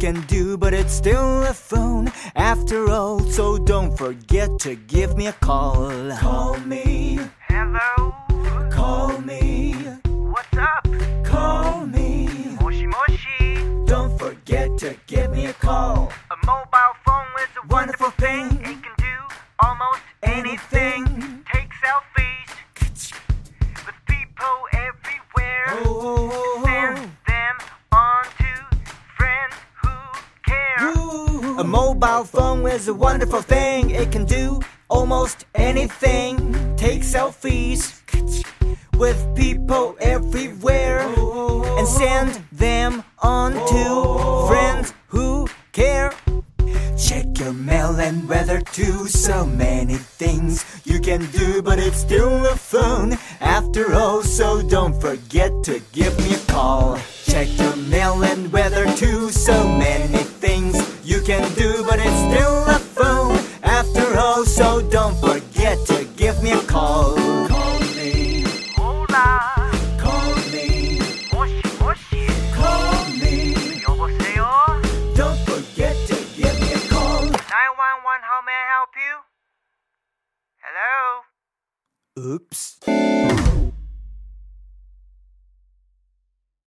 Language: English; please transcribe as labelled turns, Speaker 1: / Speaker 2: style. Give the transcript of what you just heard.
Speaker 1: can do, but it's still a phone after all. So don't forget to give me a call. Call me,
Speaker 2: Hello?
Speaker 1: call me,
Speaker 2: What's up?
Speaker 1: call me.
Speaker 2: Moshi Moshi.
Speaker 1: Don't forget to give me a call.
Speaker 2: A mobile phone is a wonderful
Speaker 1: Wonderful
Speaker 2: thing.
Speaker 1: thing.
Speaker 2: It can do almost anything.
Speaker 1: Anything.
Speaker 2: Take selfies with people everywhere.
Speaker 1: Oh, oh,
Speaker 2: Send
Speaker 1: oh,
Speaker 2: them on to friends who care.
Speaker 1: oh. A mobile phone is a wonderful thing. It can do almost anything. Take selfies with people everywhere and send them on to friends who care. Check your mail and weather too. So many things you can do, but it's still a phone after all. So don't forget to give me a call. Check your mail and weather too. So many things you can do, but it's still